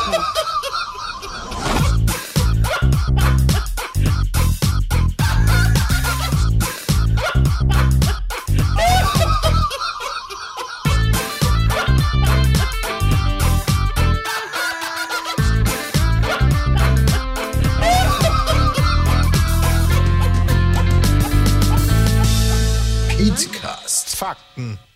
Sachen. Podcast. Fakten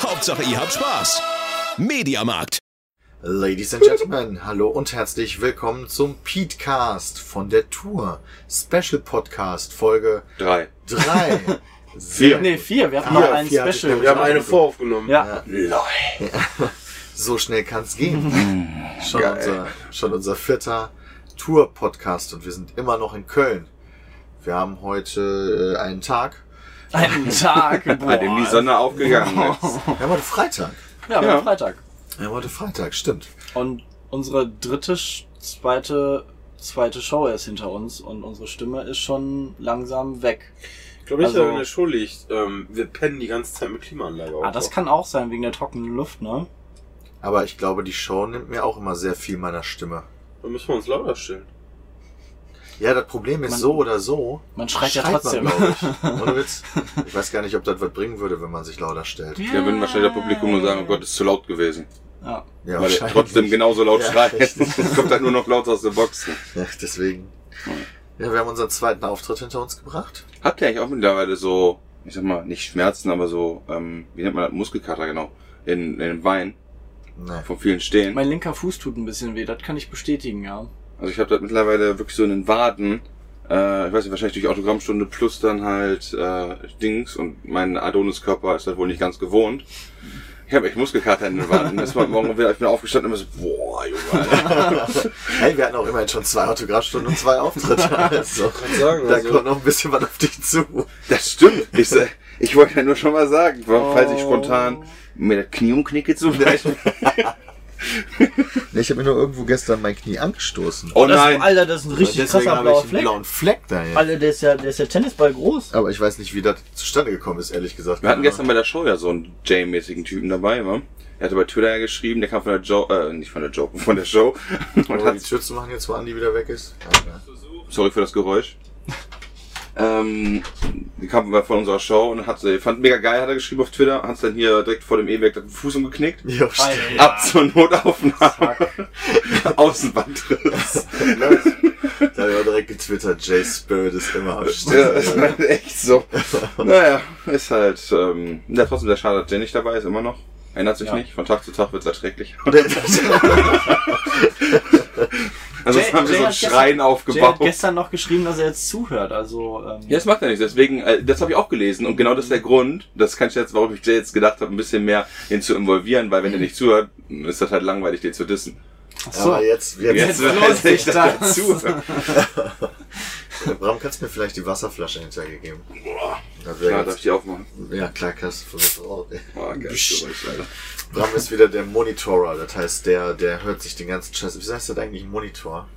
Hauptsache, ihr habt Spaß. Mediamarkt. Ladies and Gentlemen, hallo und herzlich willkommen zum Petecast von der Tour. Special Podcast Folge Drei. 3. Vier. Nee, vier. Wir hatten Vier, noch einen vier hatte ich, Special. glaub Wir haben eine voraufgenommen. Ja. Lol. So schnell kann's gehen. Schon, Geil. unser, schon unser vierter Tour-Podcast und wir sind immer noch in Köln. Wir haben heute äh, einen Tag. Einen Tag. Bei dem die Sonne aufgegangen ist. Wir haben heute Freitag. Ja, wir haben Freitag. Wir haben heute Freitag, stimmt. Und unsere dritte, Sch- zweite, zweite Show ist hinter uns und unsere Stimme ist schon langsam weg. Ich glaube nicht, Also- dass wir schuldig. Ähm, wir pennen die ganze Zeit mit Klimaanlage auf. Ah, das kann auch sein wegen der trockenen Luft, ne? Aber ich glaube, die Show nimmt mir auch immer sehr viel meiner Stimme. Dann müssen wir uns lauter stellen. Ja, das Problem ist Man- so oder so. Man schreit ja Oh. man, trotzdem. glaub ich. Ohne Witz. Ich weiß gar nicht, ob das was bringen würde, wenn man sich lauter stellt. Da würden wahrscheinlich das Publikum nur sagen, oh Gott, ist zu laut gewesen. Ja. Ja, Weil er wahrscheinlich. trotzdem genauso laut Ja, schreit. richtig. Es kommt halt nur noch laut aus der Box. Ja, deswegen. Ja, wir haben unseren zweiten Auftritt hinter uns gebracht. Habt ihr eigentlich auch mittlerweile so, ich sag mal, nicht Schmerzen, aber so, ähm, wie nennt man das, Muskelkater genau, in, in den Beinen, Nee. von vielen Stehen? Mein linker Fuß tut ein bisschen weh, das kann ich bestätigen, ja. Also ich habe das mittlerweile wirklich so in den Waden, äh, ich weiß nicht, wahrscheinlich durch Autogrammstunde plus dann halt äh, Dings und mein Adoniskörper ist das wohl nicht ganz gewohnt. Ich habe echt Muskelkater in den Waden. Erstmal morgen wieder, ich bin aufgestanden und immer so, boah, Junge, Alter. Hey, wir hatten auch immerhin schon zwei Autogrammstunden und zwei Auftritte. Also, sagen, da also- kommt noch ein bisschen was auf dich zu. Das stimmt. Ich, sa- ich wollte ja nur schon mal sagen, falls ich Oh. spontan mir das Knie umknicke zum Beispiel. Ich habe mir nur irgendwo gestern mein Knie angestoßen. Oh nein. Alter, das ist ein richtig Deswegen krasser habe ich blauer einen Fleck. blauen Fleck da jetzt. Alter, der ist, ja, der ist ja Tennisball groß. Aber ich weiß nicht, wie das zustande gekommen ist, ehrlich gesagt. Wir hatten gestern bei der Show ja so einen Jay-mäßigen Typen dabei, wa? Er hatte bei Twitter ja geschrieben, der kam von der Joe, äh, nicht von der Joe, von der Show. Und Wollen wir hat, die Tür zu machen, jetzt wo Andi wieder weg ist? Ja, sorry für das Geräusch. Ähm, die kam von unserer Show und hat, fand mega geil, hat er geschrieben auf Twitter, hat dann hier direkt vor dem E-Werk den Fuß umgeknickt. ja. Jo, stimmt. Alter. Ab zur Notaufnahme. Außenbandriss. Da habe ich auch direkt getwittert, Jay Spirit ist immer am Start. Ja, ist halt echt so. Naja, ist halt, ähm, ja, trotzdem der Schade, dass der nicht dabei ist, immer noch. Ändert sich Ja. halt nicht. Von Tag zu Tag wird es erträglich. Also Jay- haben wir Jay so einen hat gestern- Schrein Jay hat aufgebaut. Ja, gestern noch geschrieben, dass er jetzt zuhört. Also, ähm, das macht er nicht. Deswegen, äh, das habe ich auch gelesen. Und genau das ist der Grund, das kann ich jetzt, warum ich Jay jetzt gedacht habe, ein bisschen mehr ihn zu involvieren, weil wenn er nicht zuhört, ist das halt langweilig, den zu dissen. ach so. Aber jetzt, jetzt, Jetzt, Jetzt weiß lohnt ich, sich dass das. er zuhört. Bram, kannst du mir vielleicht die Wasserflasche hintergegeben? Boah, Das wär klar, darf jetzt- ich die aufmachen. ja, klar, kannst du. Oh, ey. Boah, geiles Geräusch, Alter. Bram ist wieder der Monitorer, das heißt, der, der hört sich den ganzen Scheiß. Wieso heißt das eigentlich Monitor,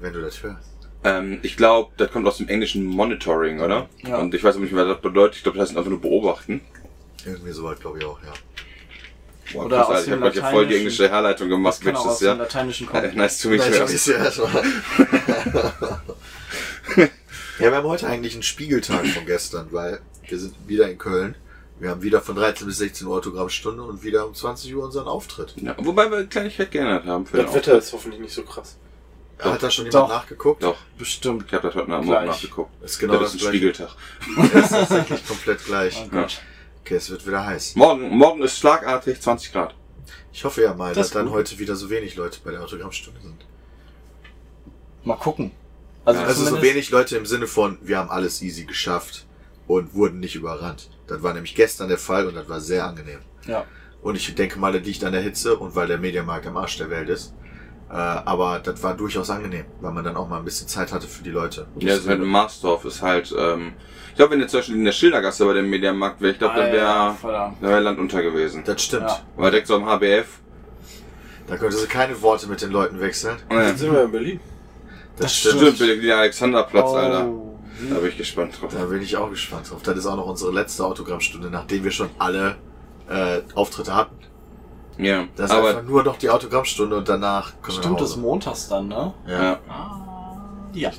wenn du das hörst? Ähm, ich glaube, das kommt aus dem englischen Monitoring, oder? Ja. Und ich weiß auch nicht, was das bedeutet. Ich glaube, das heißt einfach nur beobachten. Irgendwie sowas, glaube ich auch, ja. Boah, Oder aus Alter, ich dem habe gerade hier voll die Lateinischen. englische Herleitung gemacht. das kann auch Mensch, aus das ist ja- dem Genau, Lateinischen Äh, kommen. Nice to meet Nein, you. ich weiß ja erstmal. ja, wir haben heute eigentlich einen Spiegeltag von gestern, weil wir sind wieder in Köln. Wir haben wieder von 13 bis 16 Uhr Autogrammstunde und wieder um 20 Uhr unseren Auftritt. Ja, wobei wir eine Kleinigkeit geändert haben für Das den Wetter ist hoffentlich nicht so krass. Hat da schon jemand Doch. nachgeguckt? Doch, Bestimmt. ich habe das heute Abend Gleich. Morgen nachgeguckt. Das ist genau das das ist ein Gleiche. Spiegeltag. Das ist tatsächlich komplett gleich. Oh Gott. Okay, es wird wieder heiß. Morgen, morgen ist schlagartig 20 Grad. Ich hoffe ja mal, Das dass ist dann gut. heute wieder so wenig Leute bei der Autogrammstunde sind. Mal gucken. Also, Also so zumindest- wenig Leute im Sinne von, wir haben alles easy geschafft und wurden nicht überrannt. Das war nämlich gestern der Fall und das war sehr angenehm. Ja. Und ich denke mal, das liegt an der Hitze und weil der Mediamarkt am Arsch der Welt ist. Äh, aber das war durchaus angenehm, weil man dann auch mal ein bisschen Zeit hatte für die Leute. Ja, das ist halt in Marsdorf, ist halt, ähm, ich glaube, wenn jetzt zum Beispiel in der Schildergasse bei dem Mediamarkt wäre, ich glaube, dann wäre Ah, Verdammt. wär Land unter gewesen. das stimmt. Ja. Aber direkt so am HBF. Da könnte sie keine Worte mit den Leuten wechseln. Ja. Jetzt sind wir in Berlin. Das Stimmt, der Alexanderplatz, Oh. Alter. Da Alter. bin ich gespannt drauf. Da bin ich auch gespannt drauf. Das ist auch noch unsere letzte Autogrammstunde, nachdem wir schon alle äh, Auftritte hatten. Ja, Das ist aber einfach nur noch die Autogrammstunde und danach können Stimmt, wir das ist nach Hause. montags dann, ne? ja. ja, Ja.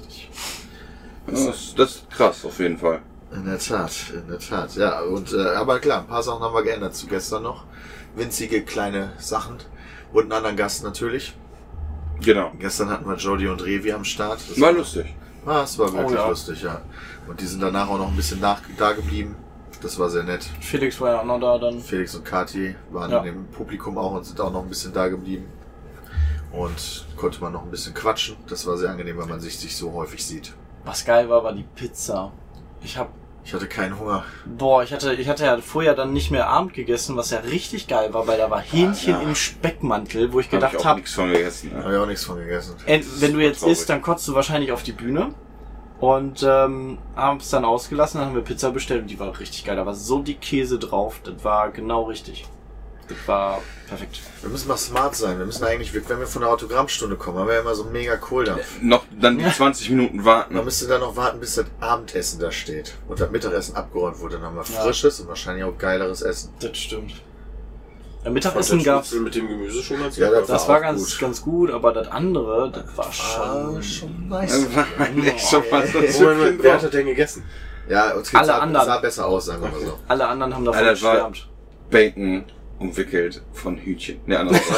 das, das ist krass auf jeden Fall. In der Tat, in der Tat. Ja, und äh, aber klar, ein paar Sachen haben wir geändert zu gestern noch. Winzige kleine Sachen und einen anderen Gast natürlich. Genau. Gestern hatten wir Jody und Revi am Start. Das War lustig. Ah, es war wirklich Oh, ja. lustig, ja. Und die sind danach auch noch ein bisschen nach, da geblieben. Das war sehr nett. Felix war ja auch noch da dann. Felix und Kati waren Ja. in dem Publikum auch und sind auch noch ein bisschen da geblieben. Und konnte man noch ein bisschen quatschen. Das war sehr angenehm, weil man sich, sich so häufig sieht. Was geil war, war die Pizza. Ich hab, Ich hatte keinen Hunger. boah, ich hatte, ich hatte ja vorher dann nicht mehr Abend gegessen, was ja richtig geil war, weil da war Hähnchen ja. im Speckmantel, wo ich Hab gedacht ich auch hab, nichts von gegessen. Ne? Habe ich auch nichts von gegessen. ent- Äh, wenn du jetzt traurig. isst, dann kotzt du wahrscheinlich auf die Bühne. Und ähm, haben es dann ausgelassen, dann haben wir Pizza bestellt und die war richtig geil. Da war so die Käse drauf, das war genau richtig. Das war perfekt. Wir müssen mal smart sein. Wir müssen eigentlich, wenn wir von der Autogrammstunde kommen, haben wir ja immer so einen mega Kohldampf. Noch dann die 20 Minuten warten. Man müsste dann noch warten, bis das Abendessen da steht und das Mittagessen abgeräumt wurde. Dann haben wir Ja. frisches und wahrscheinlich auch geileres Essen. Das stimmt. Am Fand Mittagessen der gab's. Schnitzel mit dem Gemüse schon ganz Ja, lecker. das Das War war auch ganz gut. gut. ganz gut, aber das andere, das war schon. Ah, schon nice. Das war echt schon mal so Moment, Moment, wer hat das denn gegessen? Ja, uns Alle sah, anderen. sah besser aus, sagen wir mal so. Alle anderen haben davon Alter, das war- geschwärmt. Bacon umwickelt von Hütchen. Ne, andersrum.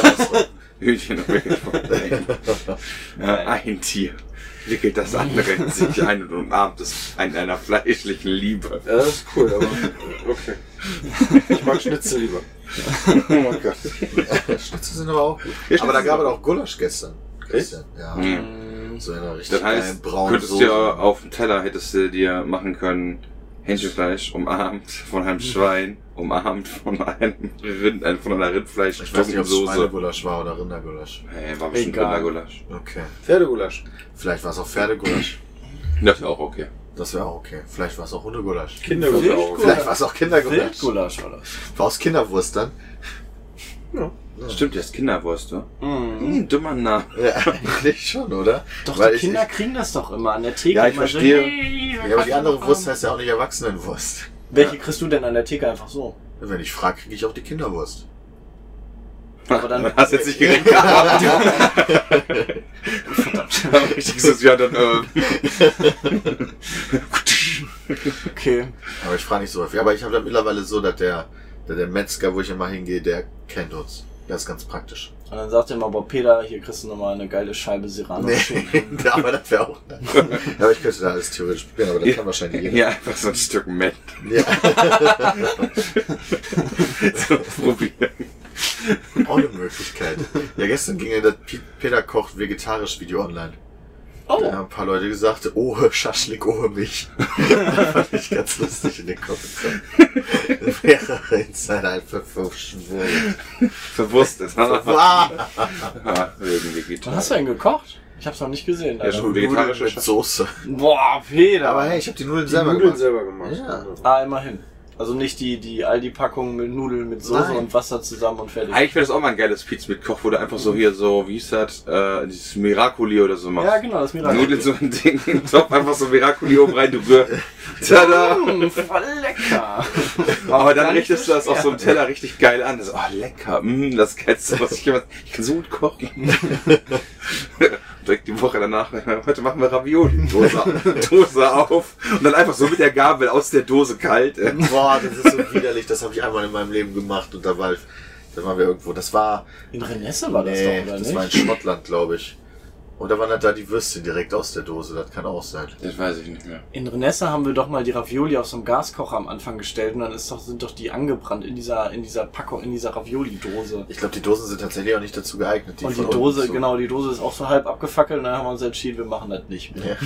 Hütchen umwickelt von Bacon. Ja, ein Tier wickelt das andere in sich ein und umarmt es in einer fleischlichen Liebe. Ja, das ist cool, aber okay. Ich mag Schnitzel lieber. Oh mein Gott. Schnitzel sind aber auch gut. Ja, aber da Schnitzel gab es sind auch Gulasch gestern. Christian. Ja. Mhm. So in einer richtig Das geilen heißt, braunen könntest du Soße. dir auf dem Teller hättest du dir machen können, Hähnchenfleisch umarmt von einem Schwein, umarmt von einem Rind, äh, von einer Rindfleisch, ich weiß nicht, ob es Soße. Schweinegulasch war oder Rindergulasch. Hey, war bestimmt Egal. Rindergulasch. Okay. Pferdegulasch. Vielleicht war es auch Pferdegulasch. Das ist auch okay. Das wäre auch okay. Vielleicht war es auch Hundegulasch. Kindergulasch. Vielleicht war es auch Kindergulasch. Wildgulasch war das. War aus Kinderwurst dann? Stimmt, das ist Kinderwurst, ne? Mhm. Hm, dummer Name. Ja, eigentlich schon, oder? Doch, Weil die ich- Kinder halt kriegen das doch immer an der Theke. Ja, ich Immer verstehe. hey, Ja, aber die andere Wurst heißt ja auch nicht Erwachsenenwurst. Welche kriegst du denn an der Theke einfach so? Wenn ich frage, kriege ich auch die Kinderwurst. Aber dann- hast du jetzt nicht gerechnet. Verdammt. Richtig so, ja, dann, ähm, Okay. Aber ich frage nicht so häufig. Aber ich habe da mittlerweile so, dass der, dass der Metzger, wo ich immer hingehe, der kennt uns. Das ist ganz praktisch. Und dann sagt er immer, boah, Peter, hier kriegst du nochmal eine geile Scheibe Serrano. Nee, aber das wäre auch. aber ich könnte da alles theoretisch probieren, aber das kann wahrscheinlich jeder. ja, einfach so ein Stück Mett Ja, so probieren. auch eine Möglichkeit. Ja, gestern ging ja das Pi- Peter kocht vegetarisch Video online. Oh. Da haben ein paar Leute gesagt, oh, Schaschlik, oh, mich. das fand ich ganz lustig in den Kommentaren. Mehrere Insider einfach verschwunden. Verwurst ist. Ah, Irgendwie geht Wann hast du denn gekocht? Ich hab's noch nicht gesehen. Ja, Alter. schon Nudeln vegetarische mit Soße. Boah, Peter. Aber hey, ich habe die Nudeln Die selber Nudeln gemacht. selber gemacht. Ja. ah, immerhin. Also nicht die, die Aldi-Packung mit Nudeln mit Soße Nein. und Wasser zusammen und fertig. Eigentlich wäre das auch mal ein geiles Pizza mit Koch, wo du einfach so hier so, wie hieß das, äh, dieses Miracoli oder so machst. Ja, genau, das ist mir da- Nudeln so ein Ding, in den Topf, einfach so Miracoli oben rein, du rührst. Tada! Mm, voll lecker. Aber dann richtest du das auf so einem Teller richtig geil an. Das, oh, lecker. Mm, das Geilste, was ich jemals... Ich kann so gut kochen. Direkt die Woche danach. Heute machen wir Ravioli. Dose, Dose auf. Und dann einfach so mit der Gabel aus der Dose kalt. äh. Boah, das ist so widerlich. Das habe ich einmal in meinem Leben gemacht und da war ich, da waren wir irgendwo. Das war, In Renesse war das nee, doch, oder das nicht? war in Schottland, glaube ich. Und da waren dann da die Würstchen direkt aus der Dose. Das kann auch sein. Das weiß ich nicht mehr. In Renesse haben wir doch mal die Ravioli auf so einem Gaskocher am Anfang gestellt und dann ist doch, sind doch die angebrannt in dieser, in dieser Packung, in dieser Ravioli-Dose. Ich glaube, die Dosen sind tatsächlich auch nicht dazu geeignet. Und die von unten Dose, zu- genau, die Dose ist auch so halb abgefackelt und dann haben wir uns entschieden, wir machen das nicht mehr.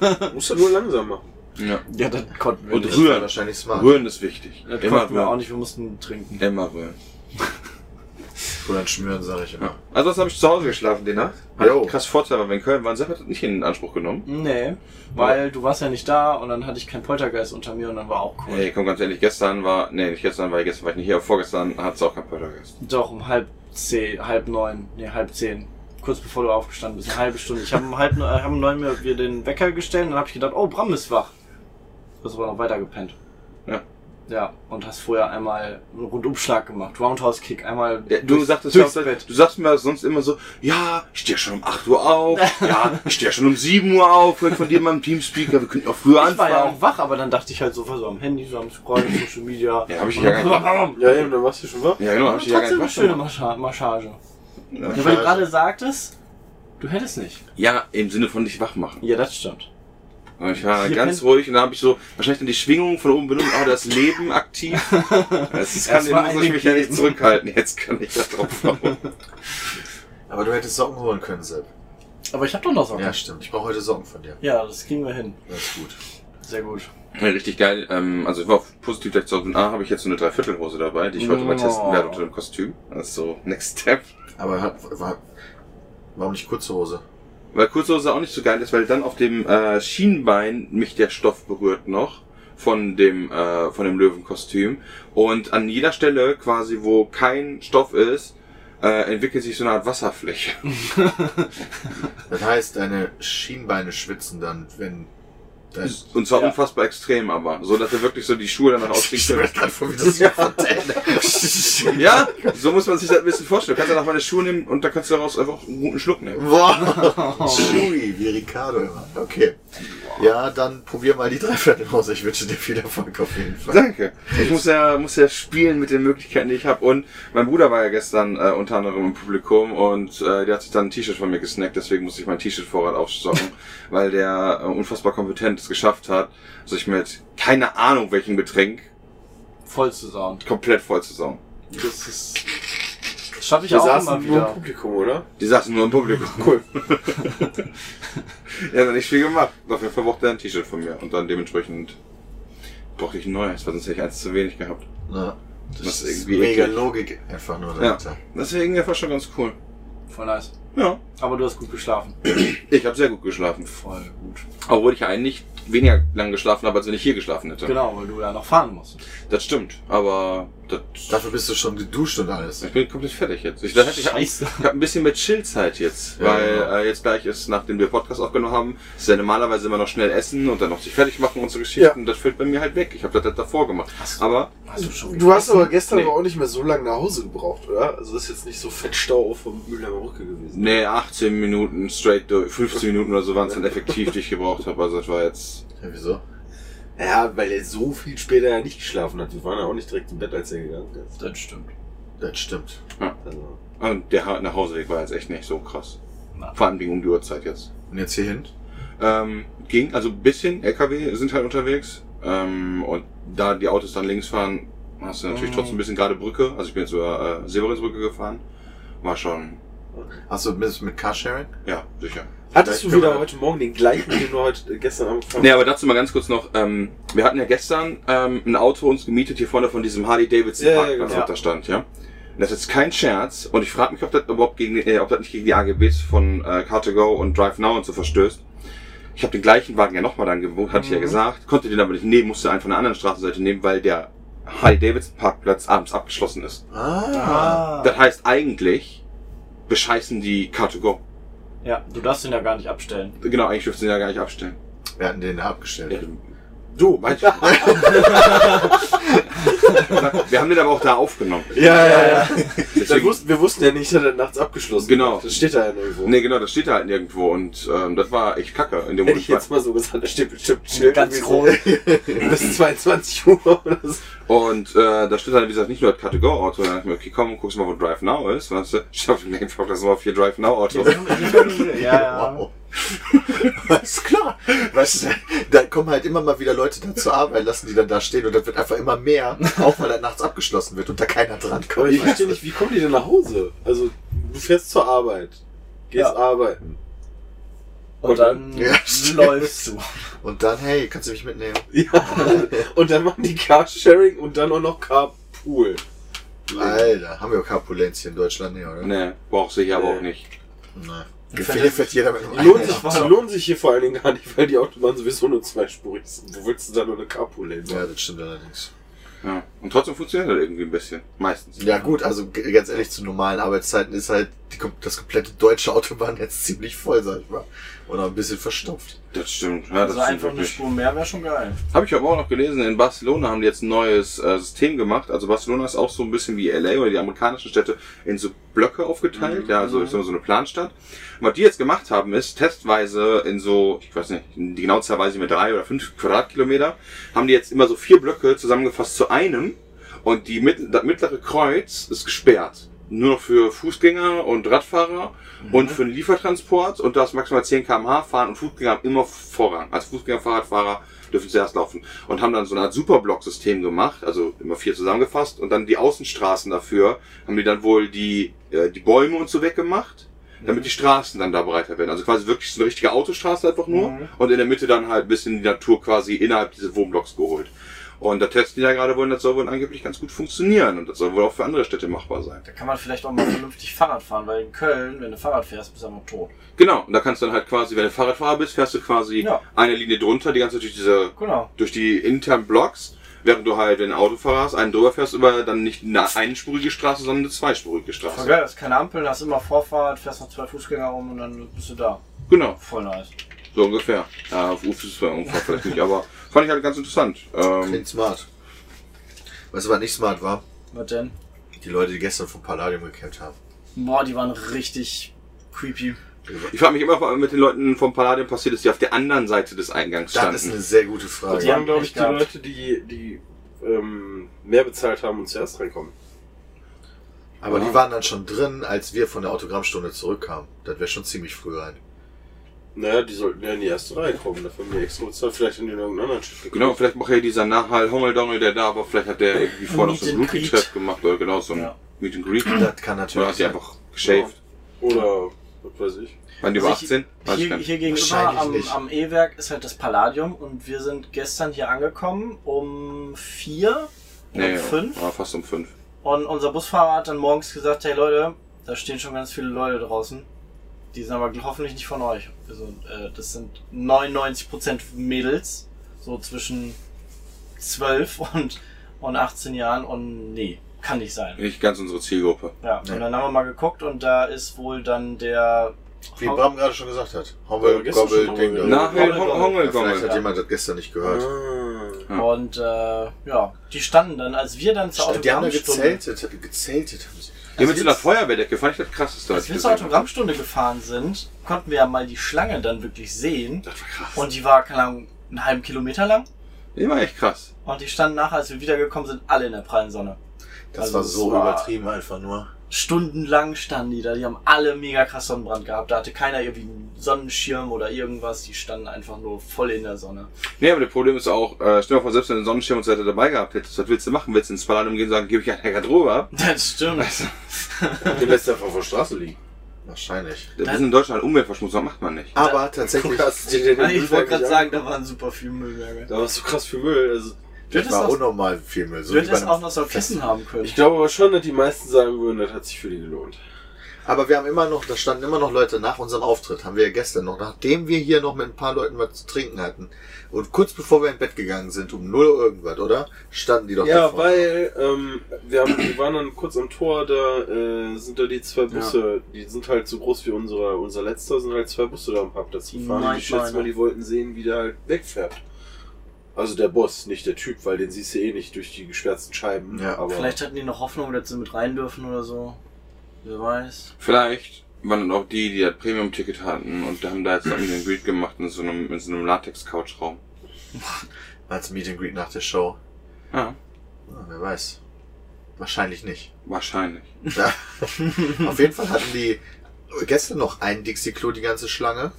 Ja. Musst du nur langsam machen. Ja. Ja, das konnten wir Und nicht. Das war Rühren. wahrscheinlich smart. Rühren ist wichtig. Das Immer konnten wir auch rühren. nicht, wir mussten trinken. Immer rühren. Oder ein Schnüren, sage ich immer. Ja. Also das habe ich zu Hause geschlafen die Nacht. Jo. Hat krass Vorteil, weil wir in Köln waren, Sepp hat das nicht in Anspruch genommen. Nee, weil du warst ja nicht da und dann hatte ich keinen Poltergeist unter mir und dann war auch cool. Ey, komm ganz ehrlich, gestern war, nee, nicht gestern, weil gestern war ich nicht hier, aber vorgestern hat es auch kein Poltergeist. Doch, um halb zehn, halb neun, nee, halb zehn. Kurz bevor du aufgestanden bist, eine halbe Stunde. Ich habe um halb neun, äh, haben um neun mir wir den Wecker gestellt und dann habe ich gedacht, oh, Bram ist wach. Du hast aber noch weiter gepennt. Ja. Ja, und hast vorher einmal einen Rundumschlag gemacht. Roundhouse-Kick, einmal. Ja, du durchs- sagtest ja auch, durchs Bett. Bett. du sagst mir sonst immer so, ja, ich stehe schon um 8 Uhr auf, ja, ich stehe schon um 7 Uhr auf, hört von dir mal im Teamspeaker, wir könnten auch früher Ich war ja anfangen. auch wach, aber dann dachte ich halt so, was so am Handy, so am Scrollen, Social Media. Ja, hab ich ja gar nicht. Ja, eben, da warst du schon wach. Ja, genau, hab ich ja gar Trotzdem nicht eine wach schöne Mascha gemacht. Massage. Ja, Ja, weil du scheiße. gerade sagtest, du hättest nicht. Ja, im Sinne von dich wach machen. Ja, das stimmt. Und ich war Hier ganz pennt- ruhig und da habe ich so wahrscheinlich dann die Schwingung von oben benutzt, oh, das Leben aktiv. Das kann Erstmal den muss ich mich ja nicht eingegeben. zurückhalten. Jetzt kann ich da drauf hauen. Aber du hättest Socken holen können, Sepp. Aber ich habe doch noch Socken. Ja, stimmt. Ich brauche heute Socken von dir. ja, das kriegen wir hin. Das ist gut. Sehr gut. Ja, Richtig geil. Ähm, also ich war auf positiv gleich zu Hause. Ah, habe ich jetzt so eine Dreiviertelhose dabei, die ich heute mal Oh. testen werde unter dem Kostüm. Das ist so Next Step. Aber hat, war, warum nicht kurze Hose? Weil Kurzhose auch nicht so geil ist, weil dann auf dem äh, Schienbein mich der Stoff berührt noch von dem äh, von dem Löwenkostüm und an jeder Stelle quasi, wo kein Stoff ist, äh, entwickelt sich so eine Art Wasserfläche. Das heißt, deine Schienbeine schwitzen dann, wenn dein... Und zwar Ja. unfassbar extrem, aber so, dass er wirklich so die Schuhe danach Ich auskriegt. stelle mir gerade vor, wie das hier Fontäne. Ja, so muss man sich das ein bisschen vorstellen. Du kannst danach meine Schuhe nehmen und da kannst du daraus einfach einen guten Schluck nehmen. Oh. Boah, Chewy, wie Ricardo immer. Okay. Ja, dann probier mal die Dreiviertelhose. Ich wünsche dir viel Erfolg auf jeden Fall. Danke. Ich muss ja, muss ja spielen mit den Möglichkeiten, die ich habe. Und mein Bruder war ja gestern äh, unter anderem im Publikum und äh, der hat sich dann ein T-Shirt von mir gesnackt, deswegen musste ich mein T-Shirt-Vorrat aufstocken, weil der äh, unfassbar kompetent es geschafft hat, sich mit keine Ahnung welchem Getränk Voll zu Sound. komplett voll zu saugen. Das ist. Das schaffe ich Wir auch saßen immer nur im wieder. Publikum, oder? Die saßen nur im Publikum. Cool. er hat dann nicht viel gemacht. Dafür verbraucht er ein T-Shirt von mir und dann dementsprechend brauchte ich ein neues, weil sonst hätte ich eins zu wenig gehabt. Na, das, Das ist ist irgendwie mega eklig. Logik einfach nur Ja. dahinter. Deswegen war schon ganz cool. Voll nice. Ja. Aber du hast gut geschlafen. Ich habe sehr gut geschlafen. Voll gut. Obwohl ich ja eigentlich weniger lang geschlafen habe, als wenn ich hier geschlafen hätte. Genau, weil du ja noch fahren musst. Das stimmt, aber das, Dafür bist du schon geduscht und alles. ich bin komplett fertig jetzt. Ich, da hätte ich, Scheiße. ich habe ein bisschen mehr Chillzeit jetzt, Ja, weil genau. äh, jetzt gleich ist, nachdem wir Podcast aufgenommen haben, ist ja normalerweise immer noch schnell essen und dann noch sich fertig machen und so Geschichten. Das fällt bei mir halt weg. Ich habe das halt davor gemacht. Aber Hast du schon Du hast aber gestern Nee. aber auch nicht mehr so lange nach Hause gebraucht, oder? Also ist jetzt nicht so Fettstau vom Mühlheimer Brücke gewesen. nee, 18 Minuten straight durch, 15 Minuten oder so waren es dann effektiv, die ich gebraucht habe. Also das war jetzt Ja, wieso? Ja, weil er so viel später ja nicht geschlafen hat. Wir waren ja auch nicht direkt im Bett, als er gegangen ist. Das stimmt. Das stimmt. Also, und der Ha- Nachhauseweg war jetzt echt nicht so krass. Na. Vor allem wegen um die Uhrzeit jetzt. Und jetzt hier hin? Ähm, ging, also ein bisschen. LKW sind halt unterwegs. Ähm, und da die Autos dann links fahren, hast du natürlich Mhm. trotzdem ein bisschen gerade Brücke. Also ich bin jetzt über äh, Severinsbrücke gefahren. War schon, Achso, bist du mit Carsharing? ja, sicher. hattest du Vielleicht können wieder wir- heute Morgen den gleichen, den du heute äh, gestern angefangen Nee, aber dazu mal ganz kurz noch. Ähm, wir hatten ja gestern ähm, ein Auto uns gemietet hier vorne von diesem Harley Davidson Ja, ja, Parkplatz, genau. was da stand, ja. Und das ist jetzt kein Scherz. Und ich frage mich, ob das überhaupt gegen, äh, ob das nicht gegen die AGBs von äh, Car2Go und Drive Now und so verstößt. Ich habe den gleichen Wagen ja nochmal dann gebucht, hatte ich ja Mhm. gesagt. Konnte den aber nicht nehmen, musste einen von der anderen Straßenseite nehmen, weil der Harley Davidson Parkplatz abends abgeschlossen ist. Ah. Das heißt eigentlich bescheißen die Car2Go. Ja, du darfst den ja gar nicht abstellen. Genau, eigentlich dürfen sie den ja gar nicht abstellen. Wir hatten den abgestellt. Ja, Du, Weiß ich nicht. Wir haben den aber auch da aufgenommen. Ja, ja, ja. Dann Deswegen- wussten, wir wussten ja nicht, dass er nachts abgeschlossen Genau. wird. Das steht da ja nirgendwo. Nee, genau, das steht da halt nirgendwo und ähm, das war echt kacke in dem Hätte Moment. ich jetzt mal so gesagt, da steht bestimmt ein Schild. Ganz irgendwie so, Bis 22 Uhr oder so. Und äh, da steht dann, wie gesagt, nicht nur das Car2Go-Auto. Dann dachte ich mir, okay, komm, guckst mal, wo Drive Now ist. Und dann hast du, ich hab mir gefragt, das war vier Drive Now-Autos. ja, ja. Wow. Alles klar. Weißt du, da kommen halt immer mal wieder Leute da zur Arbeit, lassen die dann da stehen und das wird einfach immer mehr, auch weil er nachts abgeschlossen wird und da keiner dran Aber kommt. ich verstehe nicht, wie kommen die denn nach Hause? Also, du fährst zur Arbeit, gehst Ja. arbeiten. Und dann Ja, stimmt. läufst du. Und dann, hey, kannst du mich mitnehmen? Ja. Und dann machen die Carsharing und dann auch noch Carpool. Alter, haben wir auch Kapulenzien in Deutschland, nee, oder? Nee, brauchst du hier aber auch nicht. Nein. Gefehlt wird jeder mit Die lohnen, sich, einem. die lohnen sich hier vor allen Dingen gar nicht, weil die Autobahnen sowieso nur zweispurig sind. Wo willst du da nur eine Carpool-Lane Ja, machen? das stimmt allerdings. Ja. Und trotzdem funktioniert das irgendwie ein bisschen. Meistens. Ja gut, also g- ganz ehrlich, zu normalen Arbeitszeiten ist halt die, kom- das komplette deutsche Autobahnnetz ziemlich voll, sag ich mal. Und auch ein bisschen verstopft. Das stimmt. Ja, das Also stimmt einfach eine wirklich. Spur mehr wäre schon geil. Habe ich aber auch noch gelesen, in Barcelona haben die jetzt ein neues äh, System gemacht. Also Barcelona ist auch so ein bisschen wie LA oder die amerikanischen Städte in so Blöcke Mhm. aufgeteilt. Ja, also ich sag mal, so eine Planstadt. Und was die jetzt gemacht haben, ist testweise in so, ich weiß nicht, die genaue Zahl weiß ich mir drei oder fünf Quadratkilometer, haben die jetzt immer so vier Blöcke zusammengefasst zu einem. Und die mit, das mittlere Kreuz ist gesperrt. Nur noch für Fußgänger und Radfahrer und für den Liefertransport. Und da ist maximal 10 km/h fahren und Fußgänger haben immer Vorrang. Als Fußgänger, Fahrradfahrer dürfen zuerst laufen. Und haben dann so eine Art Superblock-System gemacht, also immer vier zusammengefasst. Und dann die Außenstraßen dafür haben die dann wohl die, äh, die Bäume und so weggemacht. Mhm. Damit die Straßen dann da breiter werden. Also quasi wirklich so eine richtige Autostraße einfach nur. Und in der Mitte dann halt ein bisschen die Natur quasi innerhalb dieses Wohnblocks geholt. Und da testen die ja gerade wohl, und das soll wohl angeblich ganz gut funktionieren. Und das soll wohl auch für andere Städte machbar sein. Da kann man vielleicht auch mal vernünftig Fahrrad fahren, weil in Köln, wenn du Fahrrad fährst, bist du einfach tot. Genau, und da kannst du dann halt quasi, wenn du Fahrradfahrer bist, fährst du quasi Ja. eine Linie drunter, die ganze durch diese, Genau. durch die internen Blocks, während du halt, wenn du Autofahrer hast, einen drüber fährst, über dann nicht eine einspurige Straße, sondern eine zweispurige Voll Straße. geil, hast keine Ampeln, hast immer Vorfahrt, fährst noch zwei Fußgänger rum und dann bist du da. Genau, Voll nice. so ungefähr. Ja, auf Ufus-Unfall vielleicht nicht, aber fand ich halt ganz interessant. Ähm, Klingt smart. Weißt du, was nicht smart war? Was denn? Die Leute, die gestern vom Palladium gekämpft haben. Boah, die waren richtig creepy. ich frage mich immer, was mit den Leuten vom Palladium passiert ist, die auf der anderen Seite des Eingangs Das ist standen. eine sehr gute Das Frage. Ja. waren, glaube ich, Echt die gehabt. Leute, die, die ähm, mehr bezahlt haben und zuerst reinkommen. Aber die waren dann schon drin, als wir von der Autogrammstunde zurückkamen. Das wäre schon ziemlich früh rein. Naja, die sollten ja in die erste Reihe kommen. Dafür haben die extra bezahlt. Vielleicht haben die in irgendeinen anderen Schiff gekommen. Genau, vielleicht macht ja dieser Nachhall Hongeldongel, der da war, vielleicht hat der irgendwie vorher noch so ein Meet and Rookie-Treff gemacht oder genau so ein Ja. Meet and Greet. Das kann natürlich Oder hat die einfach geshaved? Oder was weiß ich. Waren die über Also ich- 18? Weiß ich Hier, gar nicht. hier gegenüber Wahrscheinlich am, nicht. am E-Werk ist halt das Palladium und wir sind gestern hier angekommen um vier, um Nee, fünf. war fast um 5. Und unser Busfahrer hat dann morgens gesagt, hey Leute, da stehen schon ganz viele Leute draußen. Die sind aber hoffentlich nicht von euch. Also, äh, das sind 99% Mädels, so zwischen 12 und, und 18 Jahren. Und nee, kann nicht sein. Nicht ganz unsere Zielgruppe. Ja, und dann haben wir mal geguckt und da ist wohl dann der... Wie Bram gerade schon gesagt hat. Ja, Äh, Hommel, gestern Gobbel, schon Ding, Hommel. Dong. Also Nachhall Hongeldongel. Vielleicht Hongeldongel. hat jemand das gestern nicht gehört. Ah. Ja. Und äh, ja, die standen dann, als wir dann zur Stimmt, die haben ja Autogrammstunde, gezeltet. Gezeltet haben sie. Ja, mit so einer Feuerwehrdecke fand ich das krasseste. als ich wir zur gesehen habe. Autogrammstunde gefahren sind, konnten wir ja mal die Schlange dann wirklich sehen. Das war krass. Und die war, keine Ahnung, einen halben Kilometer lang. Die war echt krass. Und die standen nachher, als wir wiedergekommen sind, alle in der prallen Sonne. Das Also war es so war- übertrieben einfach nur. Stundenlang standen die da. Die haben alle mega krass Sonnenbrand gehabt. Da hatte keiner irgendwie einen Sonnenschirm oder irgendwas. Die standen einfach nur voll in der Sonne. Nee, aber das Problem ist auch, äh, stell dir mal vor, selbst wenn du einen Sonnenschirm und so weiter dabei gehabt hättest, was willst du machen? Willst du ins Palladium gehen und sagen, gebe ich einen Garderobe ab? Das stimmt. Den lässt er einfach auf der Straße liegen. Wahrscheinlich. Wir sind in Deutschland Umweltverschmutzung, macht man nicht. Aber tatsächlich, du dir den Ich Müll wollte gerade eigentlich sagen, da waren super viele Müllberge. Da war so krass viel Müll. Also, Du das hättest war auch, unnormal viel Müll. So du wie bei hättest einem auch noch so Kissen Fest. haben können. ich glaube aber schon, dass die meisten sagen würden, das hat sich für die gelohnt. Aber wir haben immer noch, da standen immer noch Leute nach unserem Auftritt, haben wir ja gestern noch, nachdem wir hier noch mit ein paar Leuten was zu trinken hatten und kurz bevor wir ins Bett gegangen sind, um null irgendwas, oder? Standen die doch ja, davor. weil ähm, wir, haben, wir waren dann kurz am Tor, da äh, sind da die zwei Busse, die sind halt so groß wie unsere, unser letzter, sind halt zwei Busse da am Parkplatz gefahren. Nein, ich schätze nein. mal, die wollten sehen, wie der halt wegfährt. Also der Boss, nicht der Typ, weil den siehst du eh nicht durch die gesperrten Scheiben. Ja. aber Vielleicht hatten die noch Hoffnung, dass sie mit rein dürfen oder so. Wer weiß. Vielleicht waren dann auch die, die das Premium-Ticket hatten und haben da jetzt noch einen Greet gemacht in so einem, in so einem Latex-Couchraum. Als Meet and Greet nach der Show. Ja, Ja, wer weiß. Wahrscheinlich nicht. wahrscheinlich. Ja. Auf jeden Fall hatten die gestern noch ein Dixie-Klo, die ganze Schlange.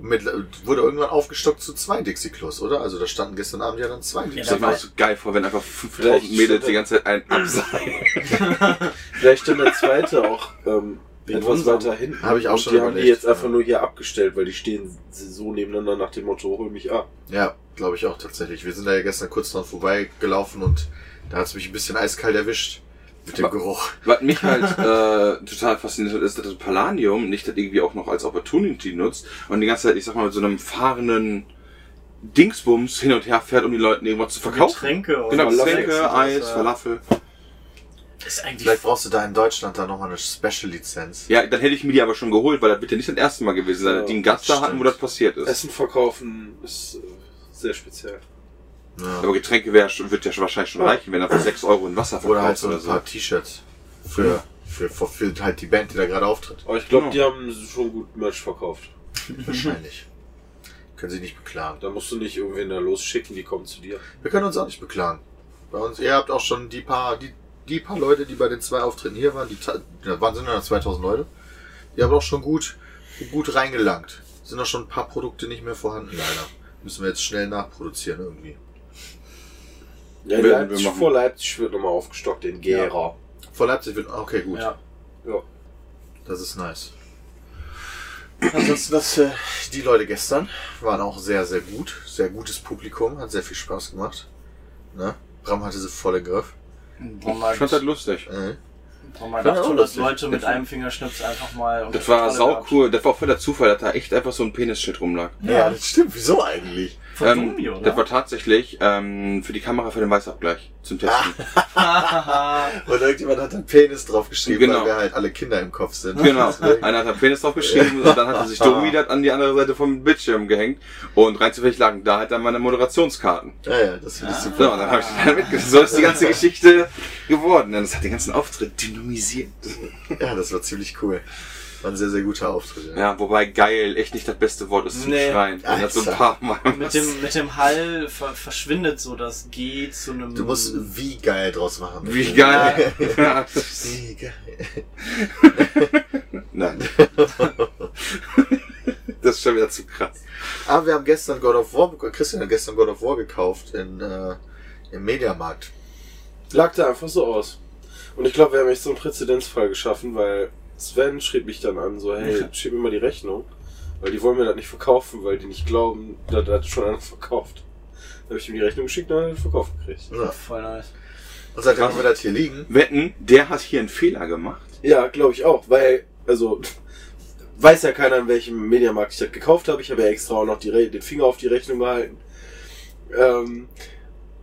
Mit, wurde irgendwann aufgestockt zu zwei Dixie-Klos, oder? Also da standen gestern Abend ja dann zwei Ich Dixie-Klos. stell mir auch so geil vor, wenn einfach 5000 Vielleicht Mädels steht die da- ganze Zeit einen abseilen. Vielleicht dann der zweite auch ähm, Wegen etwas unserem. weiter hinten. Hab ich auch und schon Die haben die überlegt, jetzt einfach ja. nur hier abgestellt, weil die stehen so nebeneinander nach dem Motto, hol mich ab. Ja, glaube ich auch tatsächlich. Wir sind da ja gestern kurz dran vorbeigelaufen und da hat's mich ein bisschen eiskalt erwischt. Mit dem Geruch. Was mich halt äh, total fasziniert hat, ist, dass das Palladium nicht das irgendwie auch noch als Opportunity nutzt und die ganze Zeit, ich sag mal, mit so einem fahrenden Dingsbums hin und her fährt, um die Leuten irgendwas zu verkaufen. Getränke und Genau, Snacks und Getränke, das, Eis, äh, Falafel. Ist eigentlich Vielleicht brauchst du da in Deutschland dann nochmal eine Special-Lizenz. Ja, dann hätte ich mir die aber schon geholt, weil das wird ja nicht das erste Mal gewesen sein, dass die einen Gast da hatten, wo das passiert ist. Essen verkaufen ist äh, sehr speziell. Ja. aber Getränke wär, wird ja schon- wahrscheinlich schon reichen, wenn er für 6 Euro in Wasser Oder halt verkauft so oder ein so. paar T-Shirts. Für, für, für, für halt die Band, die da gerade auftritt. Aber ich glaube, Genau. die haben schon gut Merch verkauft. Mhm. Wahrscheinlich. Können sie nicht beklagen. Da musst du nicht irgendwen da losschicken, die kommen zu dir. Wir können uns auch nicht beklagen. Bei uns, ihr habt auch schon die paar, die, die paar Leute, die bei den zwei Auftritten hier waren, die ta- da waren sind ja 2000 Leute, die haben auch schon gut, gut reingelangt. Sind auch schon ein paar Produkte nicht mehr vorhanden, leider. Müssen wir jetzt schnell nachproduzieren irgendwie. Ja, Werden wir Leipzig, machen. vor Leipzig wird nochmal aufgestockt in Gera. Vor Leipzig wird, okay, gut. Ja. Das ist nice. Ansonsten, das, äh, die Leute gestern waren auch sehr, sehr gut. Sehr gutes Publikum, hat sehr viel Spaß gemacht. Ne? Bram hatte sie voll im Griff. Ich fand das lustig. Äh, Braucht man Fand dazu, ich auch dass lustig. Leute mit Das- einem Fingerschnips einfach mal. unter Das war Kontrolle saucool, das war auch voller Zufall, dass da echt einfach so ein Penisschild rumlag. ja. das stimmt. Wieso eigentlich? gehabt. Von ne? Ähm, Dummi, das war oder? tatsächlich ähm, für die Kamera für den Weißabgleich zum Testen. Und irgendjemand hat einen Penis draufgeschrieben, Genau. weil wir halt alle Kinder im Kopf sind. Genau. Deswegen- Einer hat da Penis draufgeschrieben und dann hat er sich dumm wieder an die andere Seite vom Bildschirm gehängt. Und rein zufällig lagen da halt dann meine Moderationskarten. Ja, ja, das finde ich super. So, und dann habe ich dann mitgenommen. So ist die ganze Geschichte geworden. Und das hat den ganzen Auftritt dynamisiert. Ja, das war ziemlich cool. War ein sehr, sehr guter Auftritt. Ja. Ja, wobei geil echt nicht das beste Wort ist zum Nee. Schreien. Und das so ein Alter. paar Mal. mit, dem, mit dem Hall ver verschwindet so das G zu einem. Du musst wie geil draus machen. Wie geil. Ja. Wie geil. Nein. Das ist schon wieder zu krass. Aber wir haben gestern God of War, Christian hat gestern God of War gekauft in, äh, im Mediamarkt. Lag da einfach so aus. Und ich glaube, wir haben echt so einen Präzedenzfall geschaffen, weil Sven schrieb mich dann an, so, hey, schieb mir mal die Rechnung. Weil die wollen mir das nicht verkaufen, weil die nicht glauben, da da hat schon einer verkauft. Da habe ich ihm die Rechnung geschickt und dann hat er den verkauft gekriegt. Ja. Voll nice. Und seitdem haben wir das hier liegen. Wetten, der hat hier einen Fehler gemacht. Ja, glaube ich auch, weil, also, weiß ja keiner, in welchem Mediamarkt ich das gekauft habe. Ich habe ja extra auch noch die Re den Finger auf die Rechnung gehalten. Ähm,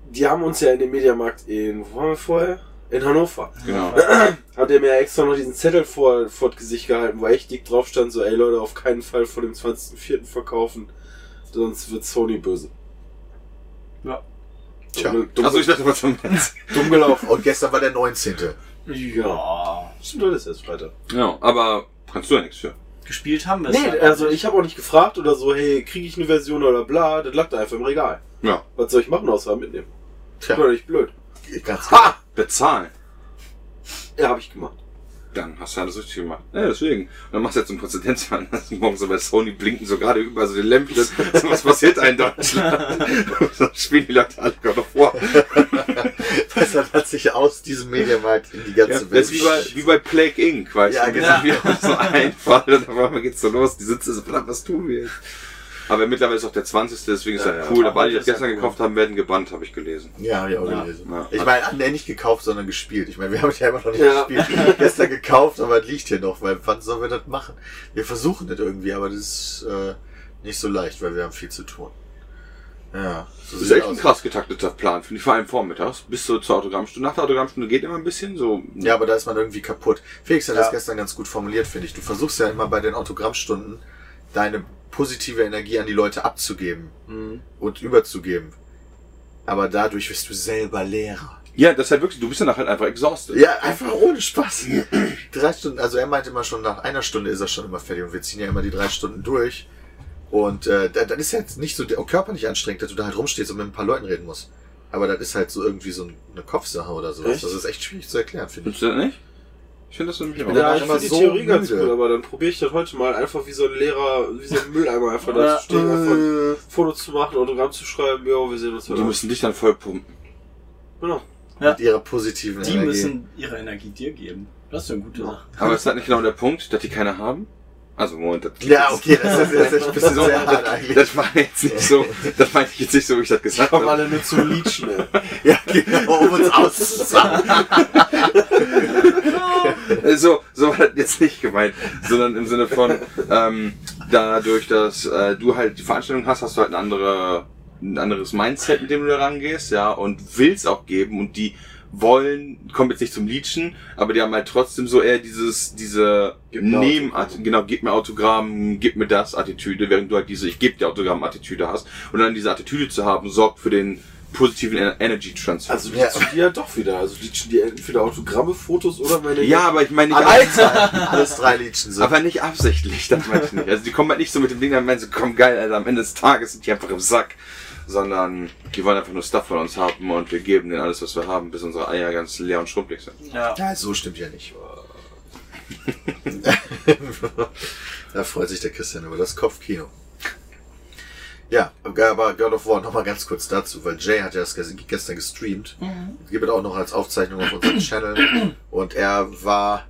die haben uns ja in dem Mediamarkt in, wo waren wir vorher? In Hannover. Genau. Hat er mir ja extra noch diesen Zettel vor, vor das Gesicht gehalten, wo echt dick drauf stand, so, ey Leute, auf keinen Fall vor dem 20.04. verkaufen, sonst wird Sony böse. Ja. Tja. Dumme, dumme, Also ich dachte, was zum Netz. dumm gelaufen. Und gestern war der 19. Ja. Stimmt, das ist erst weiter. Genau, aber kannst du ja nichts für. Gespielt haben wir es. Nee, dann. also ich habe auch nicht gefragt oder so, hey, kriege ich eine Version oder bla, das lag da einfach im Regal. Ja. Was soll ich machen, außer mitnehmen? Tja. War doch nicht blöd. Ganz genau. Ha! Bezahlen. Ja, habe ich gemacht. Dann hast du alles richtig gemacht. Ja, deswegen. Und dann machst du jetzt einen Präzedenzfall. Dann hast du morgen so bei Sony blinken so gerade überall so die Lämpchen. So was passiert da in Deutschland? Und dann spielen die Leute alle gerade vor. Gestern hat sich aus diesem Mediamarkt in die Ja, ganze das Welt. ist wie bei, wie bei Plague Inc., weißt Ja, du? genau. Das ist wieder so ein Fall und auf einmal geht's so los. Die sitzen so, verdammt, was tun wir jetzt? Aber mittlerweile ist auch der 20. Deswegen ist Ja, das ja. cool. Aber alle, Heute die das ist ja gestern cool. gekauft haben, werden gebannt, habe ich gelesen. ja, hab ich auch Ja, gelesen. ja. Ich meine, nee, nicht gekauft, sondern gespielt. Ich meine, wir haben es ja immer noch nicht Ja. gespielt. Gestern gekauft, aber es liegt hier noch, weil wann sollen wir das machen? Wir versuchen das irgendwie, aber das ist äh, nicht so leicht, weil wir haben viel zu tun. Ja, so Das ist sieht echt ein aus. krass getakteter Plan, finde ich, vor allem vormittags, bis so zur Autogrammstunde. Nach der Autogrammstunde geht immer ein bisschen so. Ja, aber da ist man irgendwie kaputt. Felix hat das Ja. gestern ganz gut formuliert, finde ich. Du versuchst ja immer bei den Autogrammstunden deine positive Energie an die Leute abzugeben Mhm. und überzugeben. Aber dadurch wirst du selber Lehrer. ja, das ist halt wirklich, du bist danach halt einfach exhausted. Ja, einfach ohne Spaß. drei Stunden, also er meint immer schon, nach einer Stunde ist er schon immer fertig und wir ziehen ja immer die drei Stunden durch. Und äh, da- dann ist ja jetzt nicht so der Körper nicht anstrengend, dass du da halt rumstehst und mit ein paar Leuten reden musst. Aber das ist halt so irgendwie so eine Kopfsache oder sowas. Echt? Das ist echt schwierig zu erklären, finde ich. Findest du das nicht? Ich finde das nämlich auch. bin Ja, auch ich immer finde die so Theorie ganz müde. cool, aber dann probiere ich das heute mal einfach wie so ein Lehrer, wie so ein Mülleimer einfach da zu stehen, einfach Äh. ein Foto zu machen, Autogramm zu schreiben, ja, wir sehen uns Die heute. müssen dich dann voll pumpen. Genau. Mit ihrer positiven Die Energie. müssen ihre Energie dir geben. Das ist ja eine gute Sache. Aber ist das nicht genau der Punkt, dass die keine haben? Also Moment, das, Ja, okay, das ist jetzt echt ein bisschen sehr hart eigentlich. das war jetzt nicht so, das meine ich jetzt nicht so, wie ich das gesagt Kommen habe. alle nur zu Lied schnell. Ja, genau, um uns auszusagen. Äh, So, so war das jetzt nicht gemeint, sondern im Sinne von, ähm, dadurch, dass äh, du halt die Veranstaltung hast, hast du halt eine andere, ein anderes Mindset, mit dem du da rangehst, ja, und willst auch geben und die wollen, kommen jetzt nicht zum Liedchen, aber die haben halt trotzdem so eher dieses, diese Gib mir Nebenart, genau, gib mir Autogramm, gib mir das Attitüde, während du halt diese Ich geb dir Autogramm Attitüde hast. Und dann diese Attitüde zu haben, sorgt für den positiven Ener- Energy Transfer. Also Ja. liest du die ja doch wieder. Also liest du die entweder Autogramme, Fotos oder meine. ja, aber ich meine, ich Alter! Alles drei Liedchen so. Aber nicht absichtlich, das meine ich nicht. Also die kommen halt nicht so mit dem Ding, dann meinen sie, komm geil, Alter, am Ende des Tages sind die einfach im Sack. Sondern die wollen einfach nur Stuff von uns haben und wir geben denen alles, was wir haben, bis unsere Eier ganz leer und schrumpelig sind. Ja. Ja, so stimmt ja nicht. Oh. da freut sich der Christian über das Kopfkino. Ja, aber God of War nochmal ganz kurz dazu, weil Jay hat ja das ges- gestern gestreamt. Gibt es auch noch als Aufzeichnung auf unserem Channel. Und er war,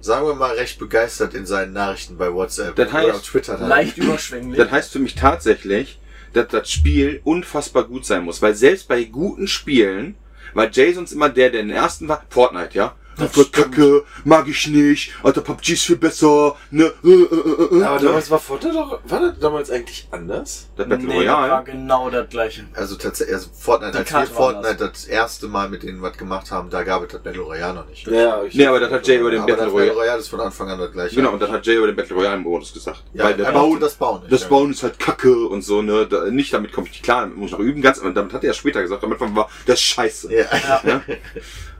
sagen wir mal, recht begeistert in seinen Nachrichten bei WhatsApp Das heißt, oder auf Twitter. dann. Leicht überschwänglich. Das heißt für mich tatsächlich, dass das Spiel unfassbar gut sein muss, weil selbst bei guten Spielen war Jasons immer der, der in den ersten war, Fortnite, ja? Das war Kacke, mag ich nicht, alter PUBG ist viel besser, ne? äh, äh, äh, äh. Aber damals war Fortnite doch. War das damals eigentlich anders? Das Battle nee, das war Royale. genau das gleiche. Also tatsächlich, also Fortnite, Die als wir Karte war Fortnite das erste Mal mit denen was gemacht haben, da gab es das Battle Royale noch nicht. Äh, Ja, ich. Nee, aber das hat Jay über den Aber Battle das Royale. Battle Royale ist von Anfang an das gleiche. Genau, und dann hat Jay über den Battle Royale Modus gesagt. Ja, Weil der er mochte Bauen, das Bauen nicht, Das ja. Bauen ist halt kacke und so, ne? Da, nicht damit komme ich nicht klar, damit muss ich noch üben. Ganz, aber damit hat er ja später gesagt, damit war das ist scheiße. Ja. Ja?